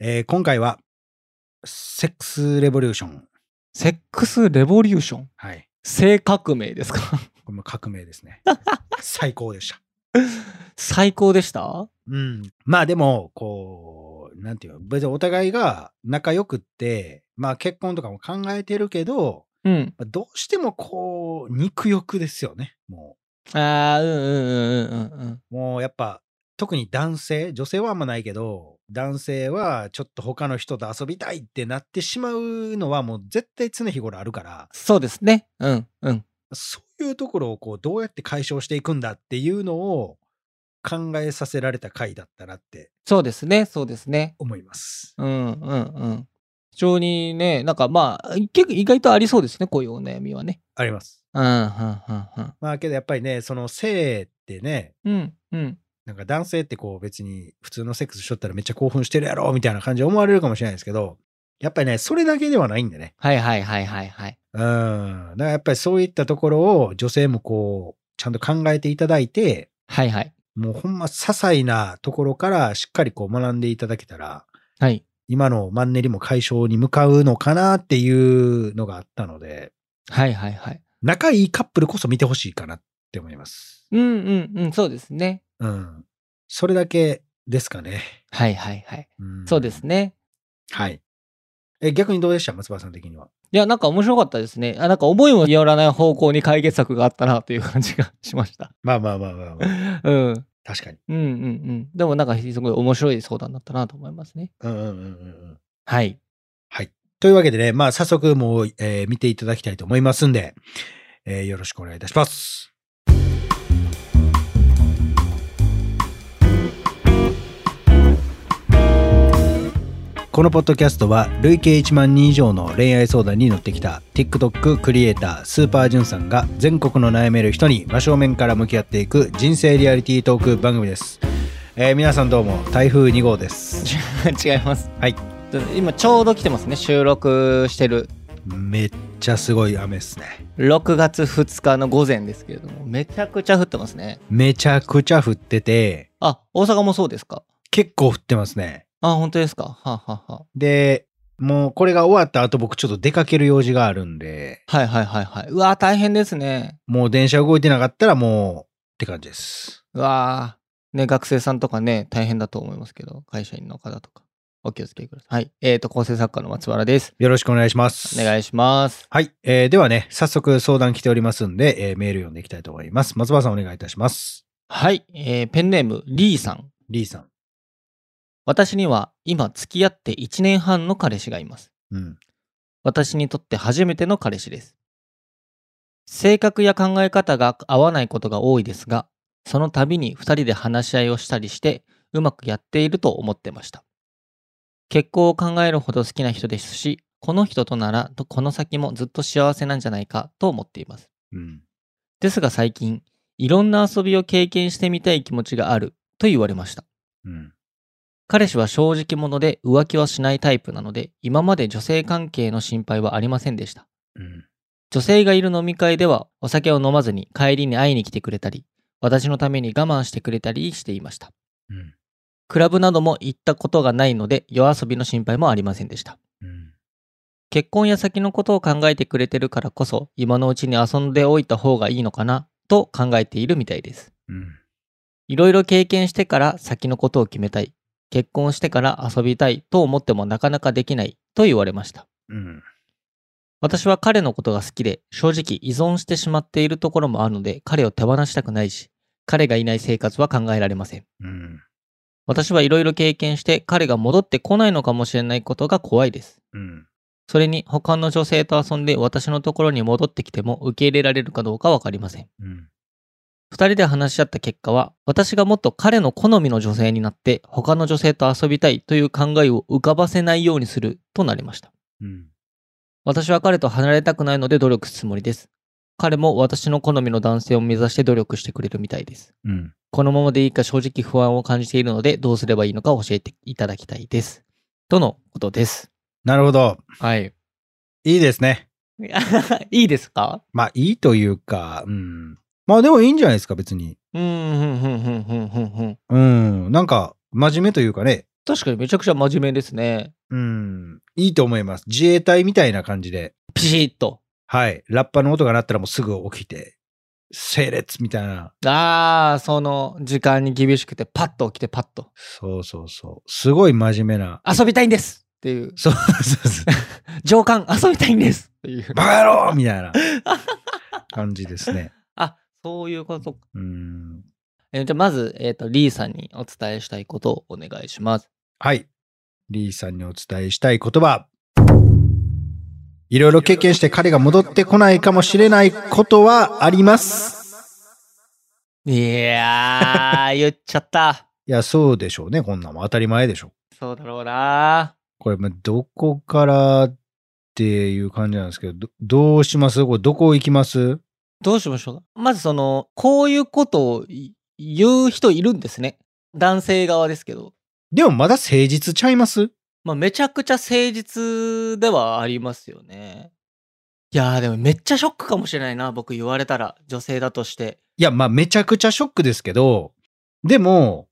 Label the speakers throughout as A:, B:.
A: えー今回は、セックスレボリューション。
B: セックスレボリューション
A: はい。
B: 性革命ですか
A: これも革命です ね。最高でした。
B: 最高でした
A: うん。まあでも、こう、なんていうの、別にお互いが仲良くって、まあ結婚とかも考えてるけど、
B: うん。
A: まあどうしてもこう、肉欲ですよね。も
B: ああ、うんうんうんうんうんうん。
A: う、もうやっぱ、特に男性、女性はあんまないけど、男性はちょっと他の人と遊びたいってなってしまうのはもう絶対常日頃あるから、
B: そうですね。うんうん。
A: そういうところをこうどうやって解消していくんだっていうのを考えさせられた回だったなって
B: そうですね。そうですね。
A: 思います。
B: うんうんうん。非常にね、なんかまあ、結構意外とありそうですね。こういうお悩みはね。
A: あります。
B: うんうんうんうん。
A: まあけどやっぱりね、その性ってね、
B: うんうん。
A: なんか男性ってこう別に普通のセックスしとったらめっちゃ興奮してるやろみたいな感じで思われるかもしれないですけど、やっぱりね、それだけではないんでね。
B: はいはいはいはいはい。
A: うん。だからやっぱりそういったところを女性もこう、ちゃんと考えていただいて、
B: はいはい。
A: もうほんま些細なところからしっかりこう学んでいただけたら、
B: はい。
A: 今のマンネリも解消に向かうのかなっていうのがあったので、
B: はいはいはい。
A: 仲いいカップルこそ見てほしいかなって思います。
B: うんうんうん。そうですね。
A: うん。それだけですかね。
B: はいはいはい。
A: ん
B: そうです。ね。
A: はい。え、逆にどうでした松原さん的には。
B: いや、なんか面白かったですね。あなんか思いもよらない方向に解決策があったなという感じがしました。
A: まあまあまあまあ、まあ、
B: うん。うん
A: 確かに。
B: うんうん。でもなんかすごい面白い相談だったなと思いますね。
A: うんうんうんうんうん。
B: はい。
A: というわけでね、まあ早速もう、えー見ていただきたいと思いますんで、えーよろしくお願いいたします。このポッドキャストは累計1万人以上の恋愛相談に乗ってきた TikTok クリエイタースーパージュンさんが全国の悩める人に真正面から向き合っていく人生リアリティートーク番組です、えー皆さんどうも台風2号です
B: 違います。
A: はい。
B: 今ちょうど来てますね。収録してる
A: めっちゃすごい雨ですね
B: 6月2日の午前ですけれども、めちゃくちゃ降ってますね。
A: めちゃくちゃ降ってて、
B: あ、大阪もそうですか。
A: 結構降ってますね。
B: あ、本当ですか。はあ、はあは
A: で、もうこれが終わった後僕ちょっと出かける用事があるんで、
B: あ、はいはいはいはい。うわー、大変ですね。
A: もう電車動いてなかったらもうって感じです。
B: うわーね、学生さんとかね、大変だと思いますけど、会社員の方とか、お気をつけください。はい。えっ、と、構成作家の松原です。
A: よろしくお願いします。
B: お願いします。
A: はい、えーではね、早速相談来ておりますんで、えーメール読んでいきたいと思います。松原さんお願いいたします。
B: はい。えーペンネーム、リーさん。
A: リーさん。
B: 私には、今、付き合って1年半の彼氏がいます。
A: うん。
B: 私にとって初めての彼氏です。性格や考え方が合わないことが多いですが、その度に2人で話し合いをしたりして、うまくやっていると思ってました。結婚を考えるほど好きな人ですし、この人とならとこの先もずっと幸せなんじゃないかと思っています。
A: うん。
B: ですが最近、いろんな遊びを経験してみたい気持ちがあると言われました。
A: うん。
B: 彼氏は正直者で浮気はしないタイプなので、今まで女性関係の心配はありませんでした。
A: うん。
B: 女性がいる飲み会ではお酒を飲まずに帰りに会いに来てくれたり、私のために我慢してくれたりしていました。
A: うん。
B: クラブなども行ったことがないので夜遊びの心配もありませんでした。
A: うん。
B: 結婚や先のことを考えてくれてるからこそ今のうちに遊んでおいた方がいいのかなと考えているみたいです。
A: うん。
B: いろいろ経験してから先のことを決めたい。結婚してから遊びたいと思ってもなかなかできないと言われました。
A: うん。
B: 私は彼のことが好きで、正直依存してしまっているところもあるので、彼を手放したくないし、彼がいない生活は考えられません。
A: うん。
B: 私はいろいろ経験して、彼が戻ってこないのかもしれないことが怖いです。
A: うん。
B: それに、他の女性と遊んで私のところに戻ってきても受け入れられるかどうかわかりません。
A: うん。
B: 二人で話し合った結果は、私がもっと彼の好みの女性になって、他の女性と遊びたいという考えを浮かばせないようにするとなりました。
A: うん。
B: 私は彼と離れたくないので努力するつもりです。彼も私の好みの男性を目指して努力してくれるみたいです。
A: うん。
B: このままでいいか正直不安を感じているので、どうすればいいのか教えていただきたいです。とのことです。
A: なるほど。
B: はい。
A: いいですね。
B: いいですか
A: まあいいというか、うん。まあでもいいんじゃないですか、別に。
B: うーん、ふんふんふんふんふんふん。
A: うん。なんか、真面目というかね、
B: 確かにめちゃくちゃ真面目ですね。
A: うん。いいと思います。自衛隊みたいな感じで、
B: ピシッと。
A: はい。ラッパの音が鳴ったらもうすぐ起きて、整列みたいな。
B: ああ、その時間に厳しくて、パッと起きて、パッと。
A: そうそうそう。すごい真面目な。
B: 遊びたいんですっていう。
A: そうそうそう。
B: 上官、遊びたいんですっていう。
A: バカ野郎みたいな感じですね。
B: あ、そういうことか。
A: うん。
B: えーじゃあ、まず、えっ、と、リーさんにお伝えしたいことをお願いします。
A: はい。リーさんにお伝えしたい言葉。いろいろ経験して彼が戻ってこないかもしれないことはあります。
B: いや ー、言っちゃった。
A: いや、そうでしょうね。こんなんも当たり前でしょ。
B: そうだろうな
A: これ、まあどこからっていう感じなんですけど、どどうしますこれ、どこ行きます
B: どうしましょうかまずその、こういうことをい言う人いるんですね。男性側ですけど。
A: でもまだ誠実ちゃいます
B: まあ、めちゃくちゃ誠実ではありますよね。いやー、でもめっちゃショックかもしれないな、僕言われたら、女性だとして。
A: いや、まあ、めちゃくちゃショックですけど、でも、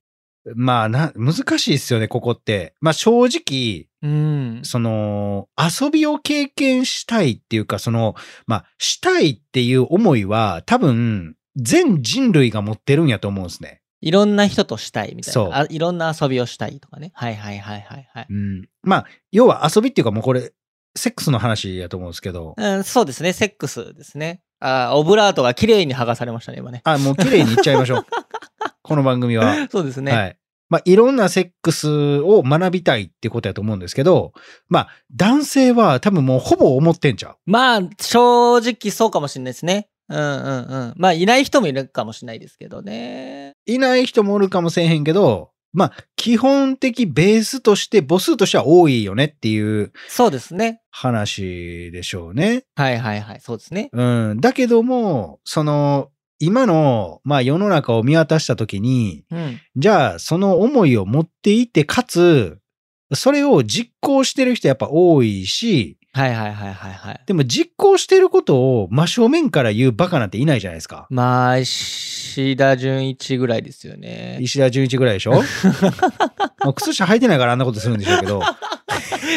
A: まあな、難しいですよね、ここって。まあ、正直、
B: うん。
A: その、遊びを経験したいっていうか、その、まあ、したいっていう思いは、多分、全人類が持ってるんやと思うんですね。
B: いろんな人としたいみたいな。
A: そう
B: あいろんな遊びをしたいとかね。はいはいはいはいはい。
A: うん。まあ、要は遊びっていうか、もうこれ、セックスの話やと思うんですけど、
B: うん、そうですね。セックスですね。あーオブラートが綺麗に剥がされましたね、今ね。
A: あ、もう綺麗にいっちゃいましょ う。この番組は。
B: そうですね。
A: はい。まあ、いろんなセックスを学びたいってことやと思うんですけど、まあ、男性は多分もうほぼ思ってんちゃう。
B: まあ、正直そうかもしれないですね。うんうんうん。まあ、いない人もいるかもしれないですけどね。
A: いない人もおるかもしれへんけど、まあ、基本的ベースとして母数としては多いよねっていう
B: そうですね。
A: 話でしょうね。
B: はいはいはい。そうですね。
A: うん。だけども、その、今の、まあ、世の中を見渡したときに、
B: うん。
A: じゃあ、その思いを持っていて、かつ、それを実行してる人やっぱ多いし、
B: はいはいはいはいはい。
A: でも実行してることを真正面から言うバカなんていないじゃないですか。
B: まあ、石田純一ぐらいですよね。
A: 石田純一ぐらいでしょまあ靴下履いてないからあんなことするんでしょうけど。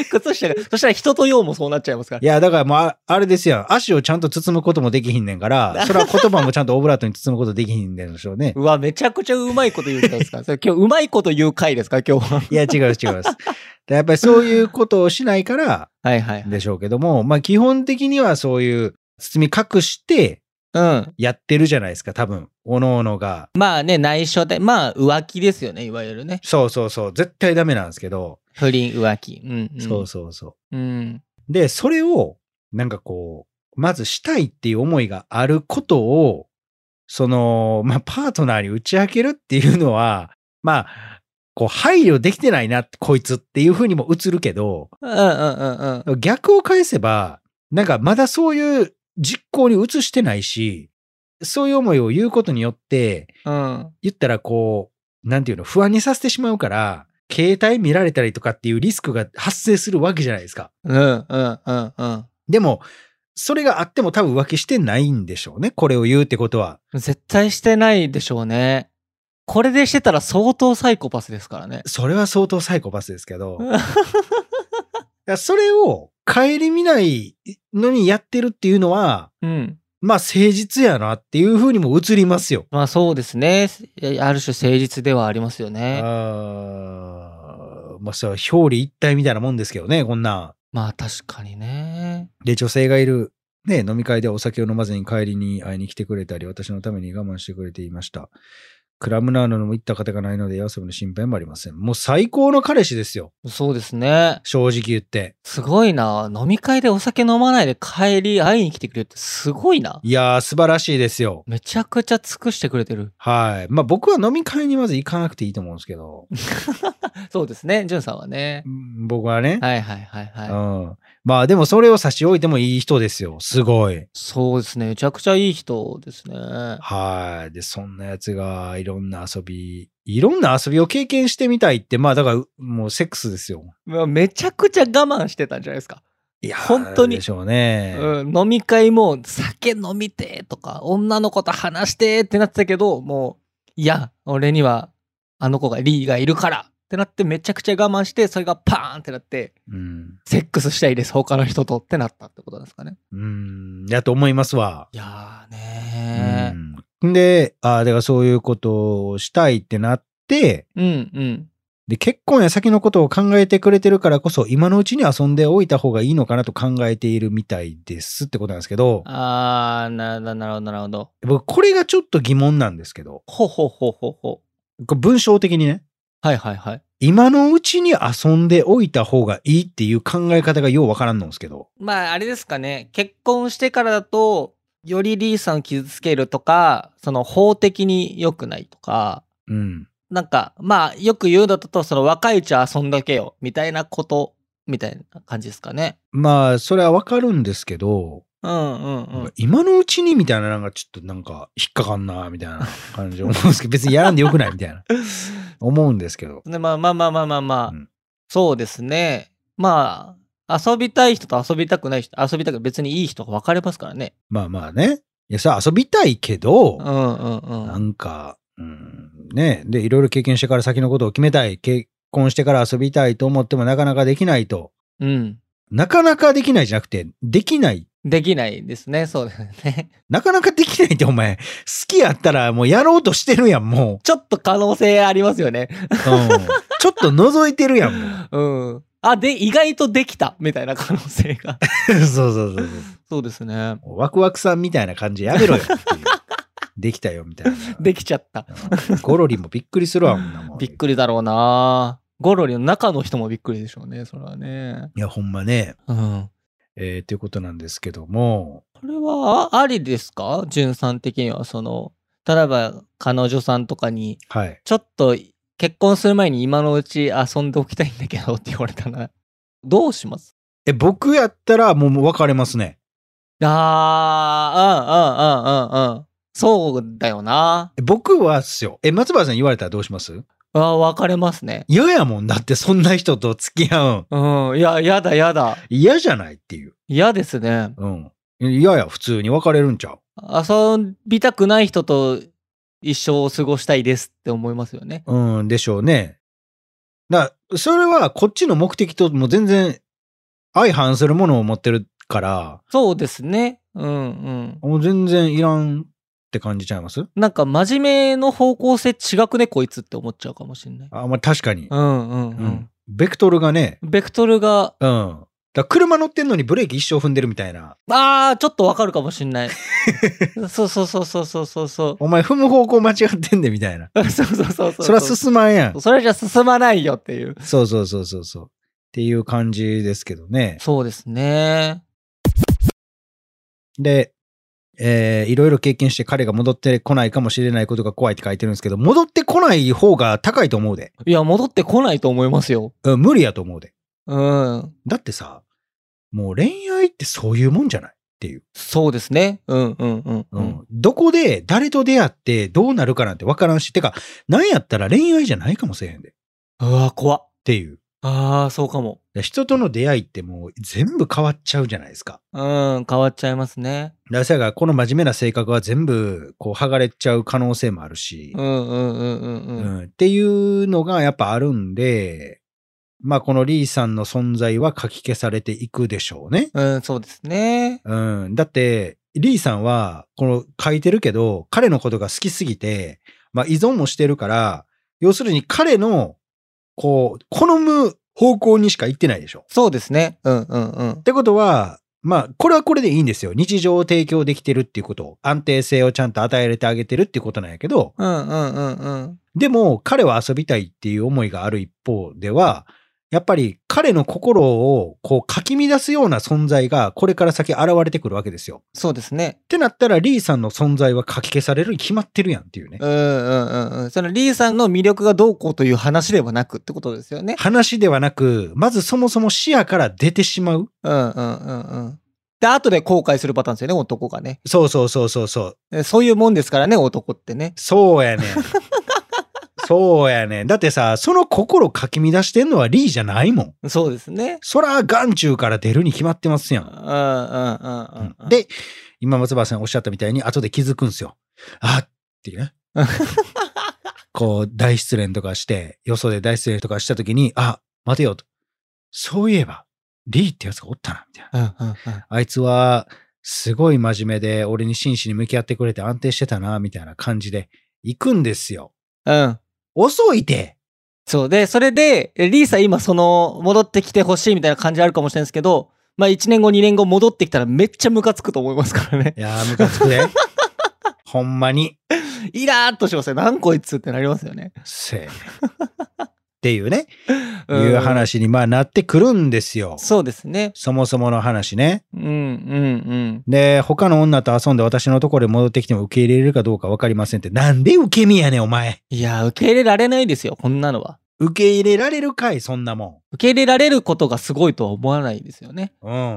B: 靴下が、そしたら人と用もそうなっちゃいますから
A: い。や、だからもうあ、あれですよ。足をちゃんと包むこともできひんねん から、それは言葉もちゃんとオブラートに包むことできひんねんでしょうね。
B: うわ、めちゃくちゃうまいこと言うじゃないですか。それ今日、うまいこと言う回ですか、今日は。
A: いや、違う違うです。だからやっぱりそういうことをしないから
B: はいはいはい。
A: でしょうけども、まあ基本的にはそういう包み隠して
B: うん。
A: やってるじゃないですか、多分。おのおのが。
B: まあね、内緒で、まあ、浮気ですよね、いわゆるね。
A: そうそうそう。絶対ダメなんですけど。
B: 不倫、浮気。うん、うん。
A: そうそうそう。
B: うん。
A: で、それを、なんかこう、まずしたいっていう思いがあることを、その、まあ、パートナーに打ち明けるっていうのは、まあ、こう、配慮できてないな、こいつっていうふうにも映るけど、
B: うんうんうんうん。
A: 逆を返せば、なんかまだそういう実行に移してないし、そういう思いを言うことによって、
B: うん。
A: 言ったらこう、なんていうの、不安にさせてしまうから、携帯見られたりとかっていうリスクが発生するわけじゃないですか。
B: うんうんうんうん。
A: でも、それがあっても多分浮気してないんでしょうね。これを言うってことは。
B: 絶対してないでしょうね。これでしてたら相当サイコパスですからね。
A: それは相当サイコパスですけど。だからそれを顧みないのにやってるっていうのは、
B: うん。
A: まあ誠実やなっていうふうにも映りますよ。
B: まあそうですね。えある種誠実ではありますよ
A: あ
B: ね。
A: ーまあそれは表裏一体みたいなもんですけどね、こんな。
B: まあ確かにね。
A: で、女性がいる。ね、飲み会でお酒を飲まずに帰りに会いに来てくれたり、私のために我慢してくれていました。クラムナーノにも行った方がないので、遊びの心配もありません。もう最高の彼氏ですよ。
B: そうですね。
A: 正直言って。
B: すごいな。飲み会でお酒飲まないで帰り会いに来てくれるってすごいな。
A: いやー、素晴らしいですよ。
B: めちゃくちゃ尽くしてくれてる。
A: はい。まあ僕は飲み会にまず行かなくていいと思うんですけど、
B: そうですね。じゅんさんはね
A: う。ん僕はね。
B: はいはいはいはい。
A: うん。まあでもそれを差し置いてもいい人ですよ。すごい。
B: そうですね。めちゃくちゃいい人ですね。
A: はい。で、そんなやつがいろんな遊び、いろんな遊びを経験してみたいって、まあだからうもうセックスですよ。
B: まあめちゃくちゃ我慢してたんじゃないですか。
A: いやー、
B: 本当に
A: でしょうね。
B: うん、飲み会も酒飲みてーとか女の子と話してーってなってたけどもういや俺にはあの子がリーがいるからってなってめちゃくちゃ我慢してそれがパーンってなって
A: うん。
B: セックスしたいです他の人とってなったってことなんですかね
A: うん。やと思いますわ。
B: いやーね
A: うん、で、ああ、だからそういうことをしたいってなって、
B: ーうんうん
A: で、結婚や先のことを考えてくれてるからこそ、今のうちに遊んでおいた方がいいのかなと考えているみたいですってことなんですけど、
B: あーなるほどなるほどなるほど
A: 僕、これがちょっと疑問なんですけど、
B: ほうほうほうほうほ
A: これ文章的にね、
B: うはいはいはい
A: 今のうちに遊んでおいた方がいいっていう考え方がようわからんのんですけど、
B: まああれですかね結婚してからだとよりリーさんを傷つけるとかその法的に良くないとか
A: うん。
B: なんかまあよく言うのだとその若いうちは遊んだけよみたいなことみたいな感じですかね
A: まあ、それはわかるんですけど、
B: うんうんうん
A: 今のうちにみたいな、なんかちょっとなんか引っかかんな、みたいな感じ思うんですけど、別にやらんでよくないみたい な、思うんですけど。
B: でまあまあまあまあまあまあ、
A: うん
B: そうですねまあ遊びたい人と遊びたくない人遊びたく別にいい人が分かれますからね
A: まあまあね。いや、さ、遊びたいけど
B: う、んうんうん
A: なんか、うん、ね。で、いろいろ経験してから先のことを決めたい。結婚してから遊びたいと思ってもなかなかできないと。
B: うん
A: なかなかできないじゃなくて、できない。
B: できないですねそうだよね
A: なかなかできないってお前、好きやったらもうやろうとしてるやん、も
B: ちょっと可能性ありますよね
A: う。うん、 ちょっと覗いてるやん、もう。
B: うんあで意外とできたみたいな可能性が
A: そうそうそうそう。
B: そうですね
A: ワクワクさんみたいな感じやめろよって いう。できたよみたいな。
B: できちゃった
A: ゴロリもびっくりするわ、こんなもん。
B: びっくりだろうなゴロリの中の人もびっくりでしょうねそれはね
A: いや、ほんまね。
B: うん
A: えー、ということなんですけども、
B: これはあありですか潤さん的にはその例えば彼女さんとかに
A: はい。
B: ちょっと結婚する前に今のうち遊んでおきたいんだけどって言われたらどうします
A: え、僕やったらもうもう別れますね。
B: あーうんうんうんうんうんそうだよな
A: え僕はっすよ。え、松原さん言われたらどうします
B: あー別れますね
A: 嫌やもんだってそんな人と付き合うん。
B: うんいややだやだ
A: 嫌じゃないっていう。
B: 嫌ですね
A: うん。嫌や、普通に別れるんちゃう
B: 遊びたくない人と一生を過ごしたいですって思いますよね
A: うんでしょうね。だからそれはこっちの目的ともう全然相反するものを持ってるから、
B: そうですねうんうん
A: もう全然いらんって感じちゃいます
B: なんか真面目の方向性違くねこいつって思っちゃうかもしれない
A: あ、まあ、確かに
B: う。んうんう
A: うんん。ベクトルがね、
B: ベクトルが
A: うん。だから車乗ってんのにブレーキ一生踏んでるみたいな。
B: あー、ちょっとわかるかもしん ない。そうそうそうそうそうそうそう。
A: お前踏む方向間違ってんでみたいな。
B: そうそうそうそうそう。
A: そりゃ進まんやん。
B: それじゃ進まないよっていう。
A: そうそうそうそうそう。っていう感じですけどね。
B: そうですね。
A: で、えーいろいろ経験して彼が戻ってこないかもしれないことが怖いって書いてるんですけど、戻ってこない方が高いと思うで。
B: いや、戻ってこないと思いますよ。
A: うん、無理やと思うで。
B: うん。
A: だってさ、もう恋愛ってそういうもんじゃない
B: そうですね。うんうんうん
A: う。
B: うんん。
A: どこで誰と出会ってどうなるかなんてわからんし、てか、なんやったら恋愛じゃないかもしれへんで。っ
B: うわ、怖って
A: いう。
B: あー、そうかも。
A: 人との出会いってもう全部変わっちゃうじゃないですか。
B: うん、変わっちゃいますね。
A: だからそやからこの真面目な性格は全部こう剥がれちゃう可能性もあるし。
B: うんうんうんうんうん。
A: うんっていうのがやっぱあるんで、まあこのリーさんの存在はかき消されていくでしょうね。
B: うん、そうですね。
A: うん、だって、リーさんは、この書いてるけど、彼のことが好きすぎて、まあ依存もしてるから、要するに彼の、こう、好む方向にしか行ってないでしょ。
B: そうですね。うんうんうん
A: っ。てことは、まあ、これはこれでいいんですよ。日常を提供できてるっていうこと。安定性をちゃんと与えれてあげてるっていうことなんやけど、
B: うんうんうんうん。
A: でも彼は遊びたいっていう思いがある一方では、やっぱり彼の心をこうかき乱すような存在がこれから先現れてくるわけですよ。
B: そうですね。
A: ってなったらリーさんの存在はかき消されるに決まってるやんっていうね。
B: うんうんうんうん。そのリーさんの魅力がどうこうという話ではなくってことですよね。
A: 話ではなく、まずそもそも視野から出てしまう。
B: うんうんうんうん。で、後で後悔するパターンですよね、男がね。
A: そうそうそうそうそう。
B: えそういうもんですからね、男ってね。
A: そうやねん。そうやねん。だってさ、その心かき乱してんのはリーじゃないもん。
B: そうですね。
A: そら眼中から出るに決まってますや
B: うんん。うんうんうんうん。、
A: で、 今松原さんおっしゃったみたいに、後で気づくんすよ。あっていうね。こう、大失恋とかして、よそで大失恋とかした時に、あ、待てよと。そういえば、リーってやつがおったな、みたいな。
B: うんうんうん。
A: あいつは、すごい真面目で、俺に真摯に向き合ってくれて安定してたな、みたいな感じで、行くんですよ。
B: うん。
A: 遅いて
B: そう。で、それで、えリーさん今その、戻ってきてほしいみたいな感じあるかもしれないですけど、まあ1年後2年後戻ってきたらめっちゃムカつくと思いますからね
A: い。やー、ムカつくで。ほんまに。
B: イラーっとしますよ。なんこいつってなりますよね。
A: せえ。っていうね、
B: うん
A: いう話に、まあ、なってくるんですよ。
B: そうですね。
A: そもそもの話ね。
B: うんうん
A: で、他の女と遊んで私のところに戻ってきても受け入れれるかどうか分かりませんって、なんで受け身やねん、お前。
B: うん。いや、受け入れられないですよ、こんなのは。
A: 受け入れられるかい、そんなも
B: 受け入れられることがすごいとは思わないですよね。
A: ん。うん。
B: うんうんう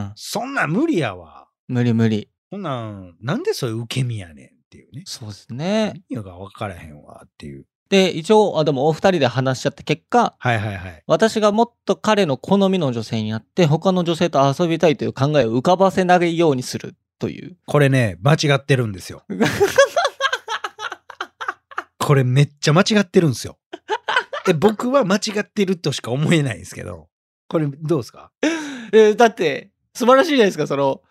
B: ん。
A: そんなん無理やわ。
B: 無理無理。
A: そんなん、なんでそれ受け身やねんっていうね。
B: そうですね。
A: 意味が分からへんわっていう。
B: で、一応、あ、でもお二人で話しちゃった結果、
A: はいはいはい。
B: 私がもっと彼の好みの女性になって、他の女性と遊びたいという考えを浮かばせないようにするという。
A: これね、間違ってるんですよ。これめっちゃ間違ってるんですよ。え、僕は間違ってるとしか思えないんですけど。これどうですか
B: えだって、素晴らしいじゃないですか、その、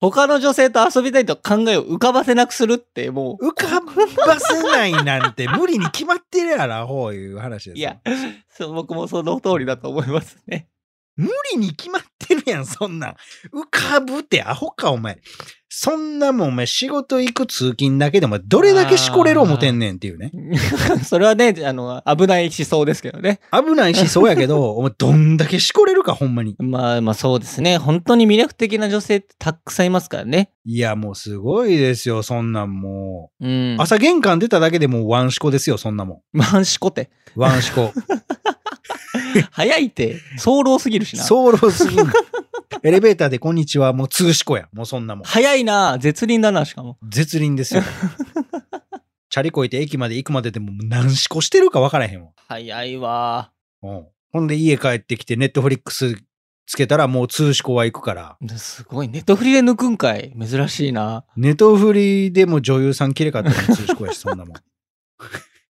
B: 他の女性と遊びたいと考えを浮かばせなくするって、もう、
A: 浮かばせないなんて無理に決まってるやろ、アホいう話です
B: い
A: よ。
B: や、そう僕もその通りだと思いますね。
A: 無理に決まってるやん、そんなん。浮かぶってアホか、お前。そんなもん、お前、仕事行く通勤だけでも、どれだけしこれる思てんねんっていうね。
B: それはね、あの、危ない思想ですけどね。
A: 危ないし、そうやけ ど、お前、どんだけしこれるか、ほんまに。
B: まあまあそうですね。本当に魅力的な女性ってたくさんいますからね。
A: いや、もうすごいですよ、そんなんも
B: う
A: う。。
B: ん
A: 朝玄関出ただけでもうワンシコですよ、そんなも
B: マンシコって。
A: ん。ワンシコ。
B: 早い って、早漏すぎる しな。
A: ソーロすぎん。エレベーターでこんにちは、もう通しこや。もうそんなもん。
B: 早いな絶倫だな、しかも。
A: 絶倫ですよ。チャリこいて駅まで行くまででももう何しこしてるか分からへんわ。
B: 早いわ。
A: うんほんで家帰ってきてネットフリックスつけたらもう通しこは行くから。
B: すごい。ネットフリで抜くんかい。珍しいな。
A: ネトフリでも女優さん綺麗かったら通しこやし、そんなもん。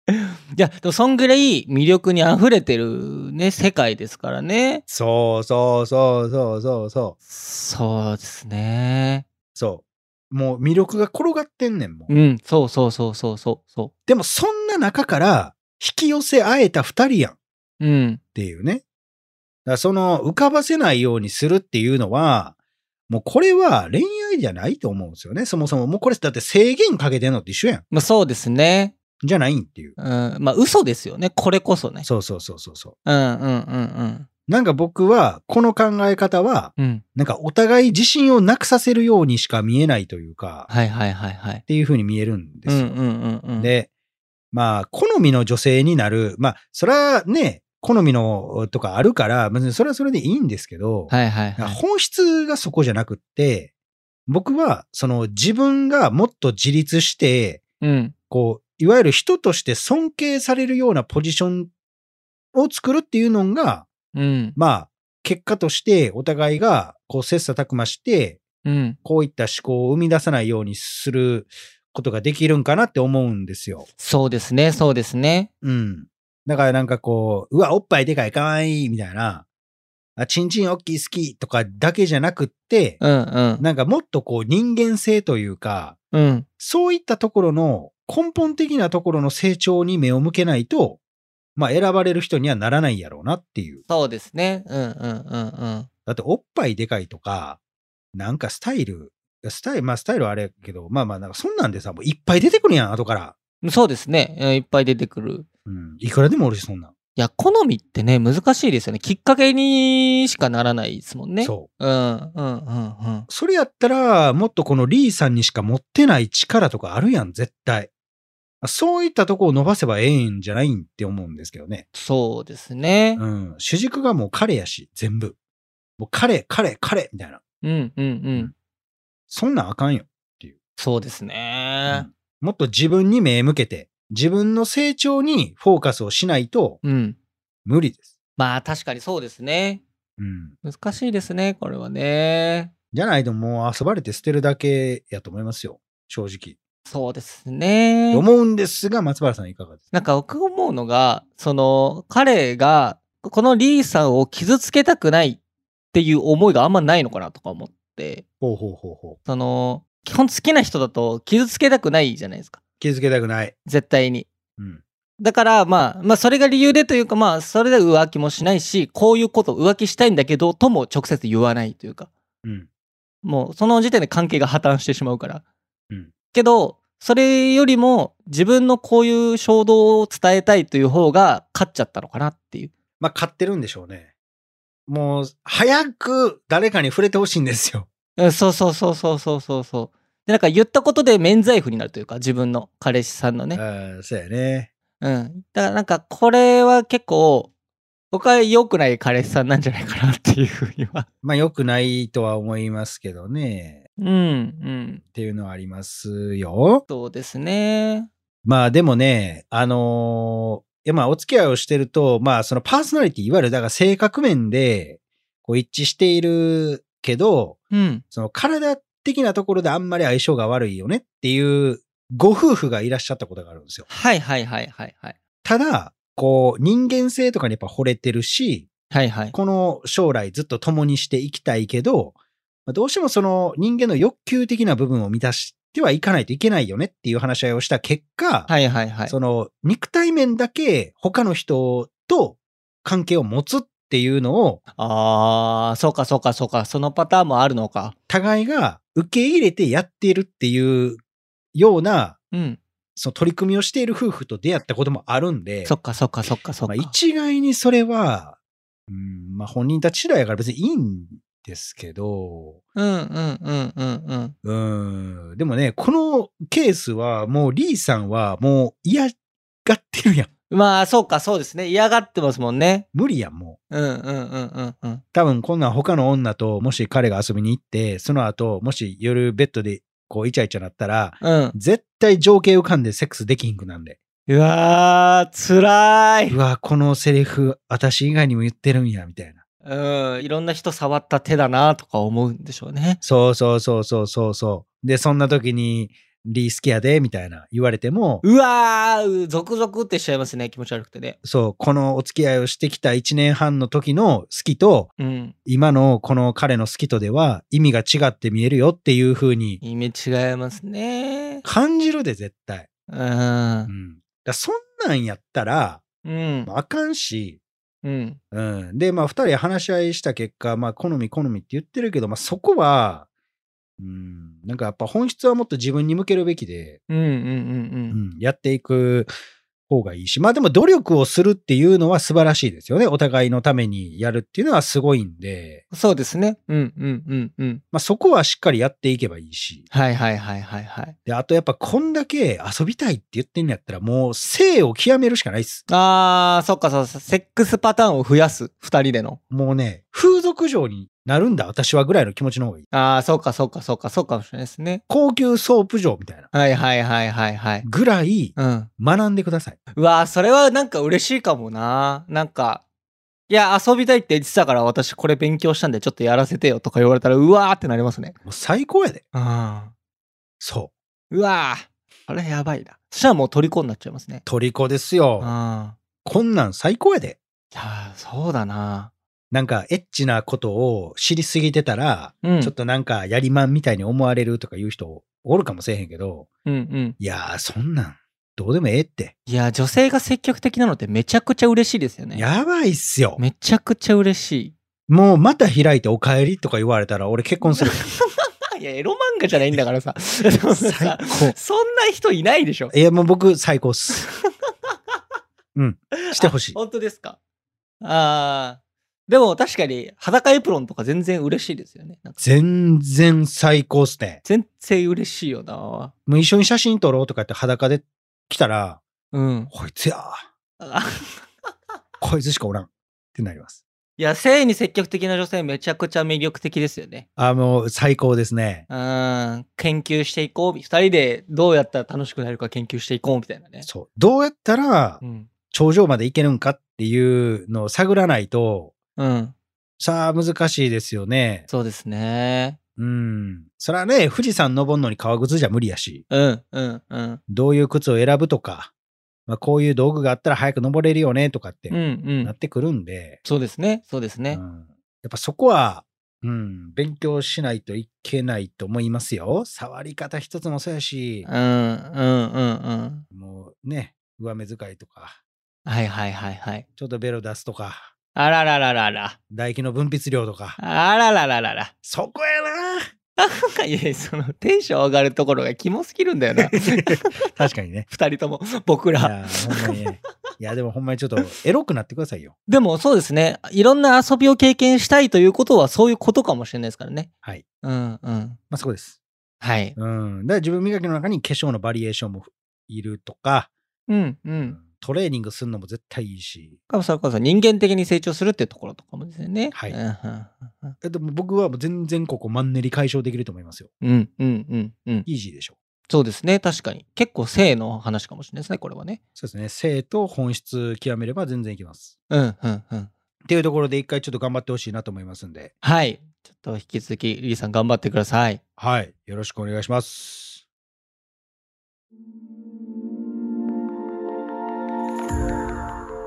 B: いや、でもそんぐらい魅力に溢れてるね、世界ですからね。
A: そうそうそうそうそうそう。
B: そうですね。
A: そう。もう魅力が転がってんねんもん。
B: うん、そうそうそうそうそうそ
A: でもそんな中から引き寄せ合えた二人やんっ
B: う。うん。
A: ていうね。だからその浮かばせないようにするっていうのは、もうこれは恋愛じゃないと思うんですよね。そもそももうこれだって制限かけてんのって一緒やん。
B: まあそうですね。
A: じゃないんっていう。
B: うん。まあ嘘ですよね。これこそね。
A: そうそうそうそうそう。
B: うんうんうん
A: なんか僕は、この考え方は、
B: うん。うん。
A: なんかお互い自信をなくさせるようにしか見えないというか、っ
B: はいはいはいはい。
A: ていう風に見えるんで
B: う
A: す
B: ん
A: よ。
B: うんうんうん。、
A: で、まあ、好みの女性になる、まあ、それはね、好みのとかあるから、別にそれはそれでいいんですけど、
B: はいはいはい。
A: 本質がそこじゃなくって、僕は、その自分がもっと自立して、
B: うん。
A: こう、いわゆる人として尊敬されるようなポジションを作るっていうのが、
B: うん。
A: まあ、結果としてお互いが、こう、切磋琢磨して、
B: うん。
A: こういった思考を生み出さないようにすることができるんかなって思うんですよ。
B: そうですね、そうですね。
A: うん。だからなんかこう、うわ、おっぱいでかい、かわいい、みたいな、あ、ちんちんおっきい、好きとかだけじゃなくって、
B: うんうん。
A: なんかもっとこう、人間性というか、
B: うん。
A: そういったところの、根本的なところの成長に目を向けないと、まあ、選ばれる人にはならないやろうなっていう。
B: そうですね。うんうんうんうん。
A: だっておっぱいでかいとか、なんかスタイル、スタイル、まあスタイルはあれやけど、まあまあなんかそんなんでさ、もういっぱい出てくるやん、後から。
B: そうですね。うんいっぱい出てくる。
A: うん。いくらでもおるし、そんなん。
B: いや、好みってね、難しいですよね。きっかけにしかならないですもんね。
A: そう。
B: うん。うんうんうん。
A: それやったら、もっとこのリーさんにしか持ってない力とかあるやん、絶対。そういったとこを伸ばせばええんじゃないんって思うんですけどね。
B: そうですね。
A: うん。主軸がもう彼やし、全部。もう彼、彼、彼、みたいな。
B: うんうんうん。
A: そんなんあかんよ。
B: そうです
A: う
B: ね
A: ん。もっと自分に目向けて、自分の成長にフォーカスをしないと
B: うん。
A: 無理です。
B: まあ確かにそうですね。
A: うん。
B: 難しいですね、これはね。
A: じゃないともう遊ばれて捨てるだけやと思いますよ。正直。
B: そうですね。
A: 思うんですが、松原さんいかがです
B: なんか僕思うのが、その、彼が、このリーさんを傷つけたくないっていう思いがあんまないのかなとか思って、
A: ほうほうほうほう。
B: その、基本好きな人だと傷つけたくないじゃないですか。
A: 気づけたくない。
B: 絶対に。
A: うん。
B: だから、まあ、まあ、それが理由でというか、まあ、それで浮気もしないし、こういうこと、浮気したいんだけど、とも直接言わないというか、
A: うん。
B: もう、その時点で関係が破綻してしまうから。
A: うん
B: けど、それよりも、自分のこういう衝動を伝えたいという方が、勝っちゃったのかなっていう。
A: まあ、買ってるんでしょうね。もう、早く誰かに触れてほしいんですよ。
B: うん、そうそうそうそうそうそうそう。で、なんか言ったことで免罪符になるというか、自分の彼氏さんのね。
A: ああ、そうやね。
B: うん。だからなんかこれは結構、僕は良くない彼氏さんなんじゃないかなっていうふうには。
A: まあ、良くないとは思いますけどね。
B: うん、うん。
A: っていうのはありますよ。
B: そうですね。
A: まあ、でもね、あのーいやまあ、お付き合いをしてると、まあ、そのパーソナリティ、いわゆる、だから性格面で、こう一致しているけど、
B: うん。
A: その体的なところであんまり相性が悪いよねっていうご夫婦がいらっしゃったことがあるんですよ。
B: はいはいはいはいはい。
A: ただ、こう人間性とかにやっぱ惚れてるし、
B: はいはい。
A: この将来ずっと共にしていきたいけど、まあどうしてもその人間の欲求的な部分を満たしてはいかないといけないよねっていう話し合いをした結果、
B: はいはいはい。
A: その肉体面だけ他の人と関係を持つっていうのを
B: ああ、そうかそうかそうか。そのパターンもあるのか。
A: 互いが受け入れてやっているっていうような
B: うん。
A: その取り組みをしている夫婦と出会ったこともあるんで、
B: そっかそっかそっかそっ
A: ま
B: か。
A: あ、一概にそれは、うんまあ、本人たち次第やから別にいいんですけど、
B: うんうんうんうんうん。
A: うん、でもね、このケースはもうリーさんはもう嫌がってるやん。
B: まあそうかそうですね。嫌がってますもんね。
A: 無理やん、もう。
B: うんうんうんうんうん。
A: 多分こんなん他の女ともし彼が遊びに行って、その後もし夜ベッドでこうイチャイチャなったら、
B: うん。
A: 絶対情景浮かんでセックスできひんくなんで。
B: うわー、つらい。
A: うわ、このセリフ私以外にも言ってるんや、みたいな。
B: うん、いろんな人触った手だなとか思うんでしょうね。
A: そうそうそうそうそうそう。で、そんな時に、リー好きやで、みたいな言われても、
B: うわー、ゾクゾクってしちゃいますね、気持ち悪くてね。
A: そう、このお付き合いをしてきた1年半の時の好きと、
B: うん。
A: 今のこの彼の好きとでは意味が違って見えるよっていう風に
B: 意味違いますね。
A: 感じるで、絶対。う
B: う。
A: んん。だそんなんやったら、
B: うん。
A: あかんし、
B: うん。
A: うん。で、まあ、二人話し合いした結果、まあ、好み好みって言ってるけど、まあ、そこは、うん、なんかやっぱ本質はもっと自分に向けるべきで、
B: うんうんう
A: う
B: んうん。
A: ん、やっていく方がいいし、まあでも努力をするっていうのは素晴らしいですよね。お互いのためにやるっていうのはすごいんで、
B: そうですね。うんうんうんうん。
A: まあそこはしっかりやっていけばいいし。
B: はいはいはいはいはい。
A: で、あとやっぱこんだけ遊びたいって言ってんのやったらもう性を極めるしかないっす。
B: あー、そっかそっか。セックスパターンを増やす、二人での。
A: もうね、風俗嬢になるんだ私はぐらいの気持ちの方がいい。
B: あー、そうかそうかそうか、そうかもしれないですね。
A: 高級ソープ嬢みたいな
B: はいはいはいはいはい。
A: ぐらい
B: うん。
A: 学んでください。
B: うわーそれはなんか嬉しいかもななんかいや遊びたいって言ってたから私これ勉強したんでちょっとやらせてよとか言われたらうわーってなりますね
A: もう最高やで。
B: うん
A: そう。
B: うわーあれやばいなそしたらもう虜になっちゃいますね
A: 虜です
B: うんい
A: よ。
B: や
A: こんなん最高やで。
B: ーそうだな
A: なんかエッチなことを知りすぎてたら、
B: うん
A: ちょっとなんかやりまんみたいに思われるとかいう人おるかもしれへんけど、
B: うんうん
A: いやー、そんなん、どうでもええって。
B: いやー女性が積極的なのってめちゃくちゃ嬉しいですよね
A: やばいっすよ。
B: めちゃくちゃ嬉し
A: もうまた開いてお帰りとか言われたら俺結婚する。
B: いいやエロ漫画じゃないんだからさでも
A: 最
B: さ
A: 高。
B: そんな人いないでしょ
A: いや、もう僕最高っす。うん。してほしい。
B: 本当ですかああ。でも確かに裸エプロンとか全然嬉しいですよね。なんか
A: 全然最高っすね。
B: 全然嬉しいよな。
A: もう一緒に写真撮ろうとかって裸で来たら、
B: うん。
A: こいつやー、
B: あ
A: こいつしかおらんってなります。
B: いや、性に積極的な女性めちゃくちゃ魅力的ですよね。
A: あ、もう最高ですね。
B: うん。研究していこう。二人でどうやったら楽しくなるか研究していこうみたいなね。
A: そう。どうやったら
B: うん。
A: 頂上まで行けるんかっていうのを探らないと、
B: うん。
A: さあ難しいですよね。
B: そうですね。
A: うん。それはね、富士山登んのに革靴じゃ無理やし、
B: うん、うん、うん。
A: どういう靴を選ぶとか、まあ、こういう道具があったら早く登れるよねとかって
B: うん、う
A: なっ
B: ん。
A: てくるんで、
B: そうですね。そうです
A: うん
B: ね。
A: やっぱそこは、うん、勉強しないといけないと思いますよ。触り方一つもそうやし
B: う、ん、うん、うん、うん。
A: もうね、上目遣いとか、
B: はい、はい、はい、はい。
A: ちょっとベロ出すとか、
B: あららららら。
A: 唾液の分泌量とか、
B: あららららら。
A: そこやな
B: いやいや、そのテンション上がるところがキモすぎるんだ よな。
A: 確かにね。
B: 二人とも、僕
A: い
B: ら。
A: や、ほんまにね。いや、でもほんまにちょっと、エロくなってくださいよ。
B: でもそうですね。いろんな遊びを経験したいということはそういうことかもしれないですからね。
A: はい。
B: うん、うん。
A: まあ、そこです。
B: はい。
A: うん。だから自分磨きの中に化粧のバリエーションもいるとか、
B: うん、うん。
A: トレーニングするのも絶対いいし。
B: かもそれこそ人間的に成長するっていうところとかもですよね。
A: はい
B: うんうん
A: えでも僕はもう全然ここマンネリ解消できると思いますよ。
B: うんうんうんうん。
A: イージーでしょ。
B: そうですね。確かに。結構性の話かもしれないですね、これはね。
A: そうですね。性と本質極めれば全然いけます。
B: うんうんうん。
A: っていうところで一回ちょっと頑張ってほしいなと思いますんで。
B: はい。ちょっと引き続き、リーさん頑張ってください。
A: はい。よろしくお願いします。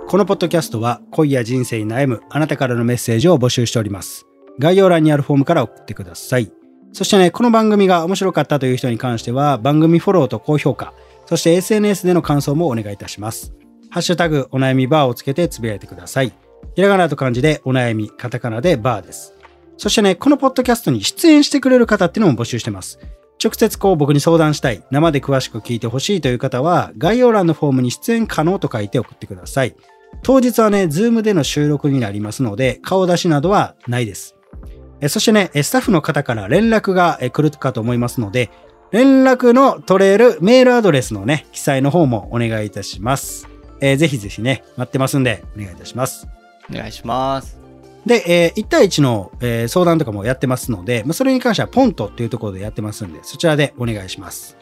A: このポッドキャストは恋や人生に悩むあなたからのメッセージを募集しております。概要欄にあるフォームから送ってください。そしてね、この番組が面白かったという人に関しては番組フォローと高評価、そして SNS での感想もお願いいたします。ハッシュタグお悩みバーをつけてつぶやいてください。ひらがなと漢字でお悩み、カタカナでバーです。そしてね、このポッドキャストに出演してくれる方っていうのも募集してます。直接こう僕に相談したい、生で詳しく聞いてほしいという方は、概要欄のフォームに出演可能と書いて送ってください。当日はね、ズームでの収録になりますので、顔出しなどはないです。えそしてね、えスタッフの方から連絡がえ来るかと思いますので、連絡の取れるメールアドレスのね、記載の方もお願いいたします。えーぜひぜひね、待ってますんで、お願いいたします。
B: お願いします。
A: で、えー1対1の、えー相談とかもやってますので、まあ、それに関してはポントっていうところでやってますんで、そちらでお願いします。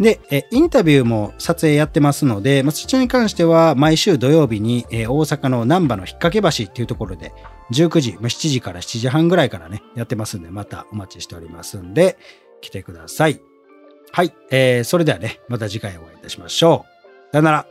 A: で、えーインタビューも撮影やってますので、まあ、そちらに関しては毎週土曜日に、えー大阪の難波の引っ掛け橋っていうところで、19時、まあ、7時から7時半ぐらいからね、やってますんで、またお待ちしておりますんで、来てください。はい、えーそれではね、また次回お会いいたしましょう。さよなら。